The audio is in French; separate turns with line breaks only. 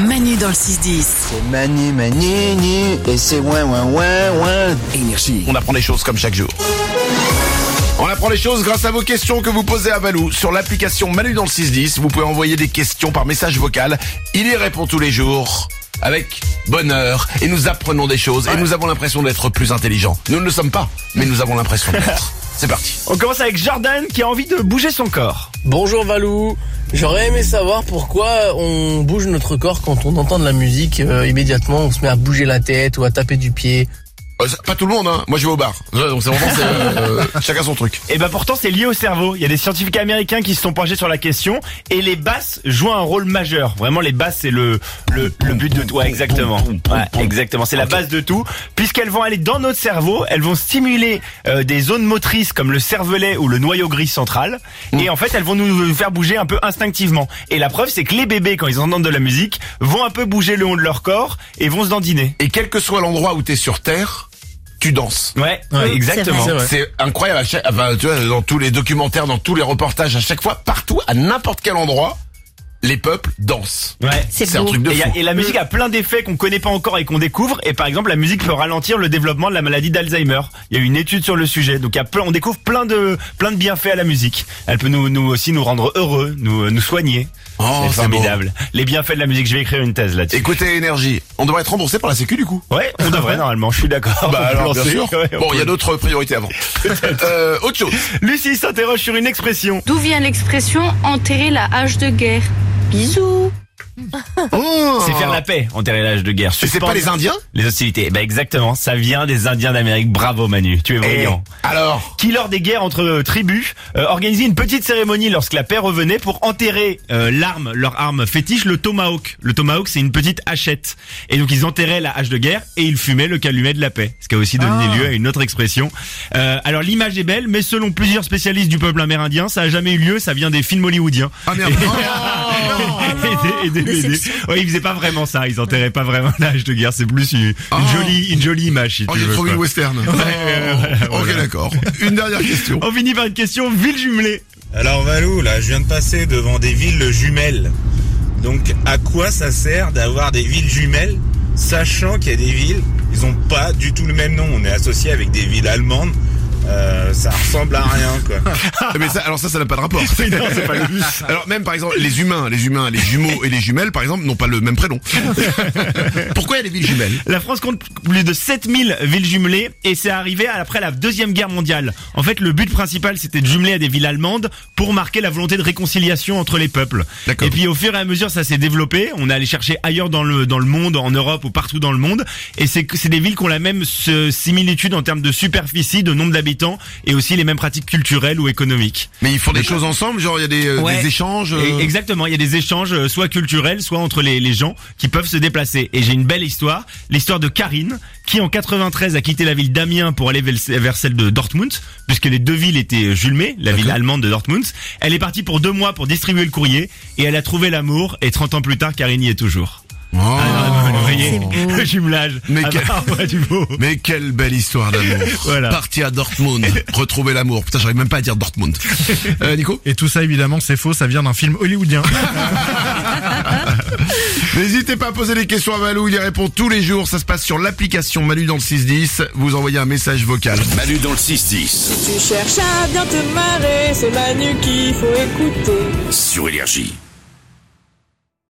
dans le 6-10.
C'est mani mani ni et c'est ouin ouin ouin ouin.
Énergie.
On apprend les choses comme chaque jour. On apprend les choses grâce à vos questions que vous posez à Valou sur l'application Manu dans le 610. Vous pouvez envoyer des questions par message vocal. Il y répond tous les jours avec bonheur et nous apprenons des choses et nous avons l'impression d'être plus intelligents. Nous ne le sommes pas, mais nous avons l'impression de l'être. C'est parti.
On commence avec Jordan qui a envie de bouger son corps.
Bonjour Valou, j'aurais aimé savoir pourquoi on bouge notre corps quand on entend de la musique, euh, immédiatement on se met à bouger la tête ou à taper du pied.
Euh, c'est pas tout le monde, hein. Moi, je vais au bar. Euh, Donc, c'est vraiment, c'est, euh, euh, chacun son truc.
Et ben pourtant c'est lié au cerveau. Il y a des scientifiques américains qui se sont penchés sur la question et les basses jouent un rôle majeur. Vraiment les basses c'est le, le le but de tout. Ouais, exactement. Ouais, exactement. C'est la base de tout puisqu'elles vont aller dans notre cerveau, elles vont stimuler euh, des zones motrices comme le cervelet ou le noyau gris central et en fait elles vont nous faire bouger un peu instinctivement. Et la preuve c'est que les bébés quand ils entendent de la musique vont un peu bouger le haut de leur corps et vont se dandiner.
Et quel que soit l'endroit où t'es sur Terre, tu danses.
Ouais, exactement.
vrai.
C'est incroyable. à chaque- enfin, tu vois, dans tous les documentaires, dans tous les reportages, à chaque fois, partout, à n'importe quel endroit, les peuples dansent.
Ouais.
C'est
C'est un
beau.
truc de
Et,
fou.
y a- et la musique a plein d'effets qu'on connaît pas encore et qu'on découvre. Et par exemple, la musique peut ralentir le développement de la maladie d'Alzheimer. Il y a eu une étude sur le sujet. Donc, il y a plein- on découvre plein de, plein de bienfaits à la musique. Elle peut nous, nous aussi nous rendre heureux, nous, nous soigner.
Oh,
c'est
c'est
formidable. Les bienfaits de la musique. Je vais écrire une thèse là-dessus.
Écoutez, énergie. On devrait être remboursé par la Sécu, du coup.
Ouais, on devrait normalement. Je suis d'accord.
Bah,
On peut
alors, bien
lancer.
sûr.
Oh, Ouais, on
Bon, il y a
peut.
d'autres priorités avant. euh, autre chose.
Lucie s'interroge sur une expression.
D'où vient l'expression enterrer la hache de guerre Bisous
C'est faire la paix, enterrer l'âge de guerre.
Oh. Et c'est pas
Suspendre
les Indiens?
les hostilités. Bah, exactement. Ça vient des Indiens d'Amérique. Bravo, Manu. Tu es brillant.
Eh, alors.
qui lors des guerres entre euh, tribus euh, organisait une petite cérémonie lorsque la paix revenait pour enterrer euh, l'arme, leur arme fétiche, le tomahawk. Le tomahawk, c'est une petite hachette. Et donc ils enterraient la hache de guerre et ils fumaient le calumet de la paix, ce qui a aussi donné
Ah.
lieu à une autre expression. Euh, alors l'image est belle, mais selon plusieurs spécialistes du peuple amérindien, ça a jamais eu lieu, ça vient des films hollywoodiens.
Ah merde.
et des, et des BD. Ouais, ils faisaient pas vraiment ça, ils enterraient pas vraiment la hache de guerre, c'est plus une, une jolie, une jolie image. Si
Oh,
tu
j'ai
veux,
trouvé
quoi.
une western. Ok, d'accord. Une dernière question.
On finit par une question ville jumelée.
Alors Valou, là, je viens de passer devant des villes jumelles. Donc à quoi ça sert d'avoir des villes jumelles, sachant qu'il y a des villes, ils ont pas du tout le même nom. On est associé avec des villes allemandes. Euh, ça ressemble à rien, quoi.
Mais ça, alors ça, ça n'a pas de rapport.
Non, c'est pas le but.
Alors même par exemple les humains, les humains, les jumeaux et les jumelles par exemple n'ont pas le même prénom. Pourquoi il y a des villes jumelles
La France compte plus de 7000 villes jumelées et c'est arrivé après la Deuxième Guerre mondiale. En fait, le but principal, c'était de jumeler à des villes allemandes pour marquer la volonté de réconciliation entre les peuples.
D'accord.
Et puis au fur et à mesure, ça s'est développé. On est allé chercher ailleurs dans le, dans le monde, en Europe ou partout dans le monde. Et c'est que- c'est des villes qui ont la même ce- similitude en termes de superficie, de nombre d'habitants et aussi les mêmes pratiques culturelles ou économiques.
Mais ils font des choses ensemble, genre il y a des, euh,
Ouais.
des échanges. euh,
Et- Exactement, il y a des échanges euh, soit culturels, soit entre les, les gens qui peuvent se déplacer. Et j'ai une belle histoire, l'histoire de Karine, qui en 93 a quitté la ville d'Amiens pour aller vers vers celle de Dortmund, puisque les deux villes étaient euh, jumelées, la ville allemande de Dortmund. Elle est partie pour deux mois pour distribuer le courrier, et elle a trouvé l'amour, et 30 ans plus tard, Karine y est toujours.
Oh.
Ah, vous voyez,
beau.
le jumelage.
Mais
Ah
quel-
bah, ouais, du beau.
Mais quelle belle histoire d'amour.
Voilà.
Parti à Dortmund, retrouver l'amour. Putain, j'arrive même pas à dire Dortmund. Euh, Nico
Et tout ça, évidemment, c'est faux, ça vient d'un film hollywoodien.
N'hésitez pas à poser des questions à Malou, il y répond tous les jours. Ça se passe sur l'application Malu dans le 610. Vous envoyez un message vocal.
Manu dans le 6-10
Tu cherches à bien te marrer, c'est Manu qu'il faut écouter.
sur Énergie.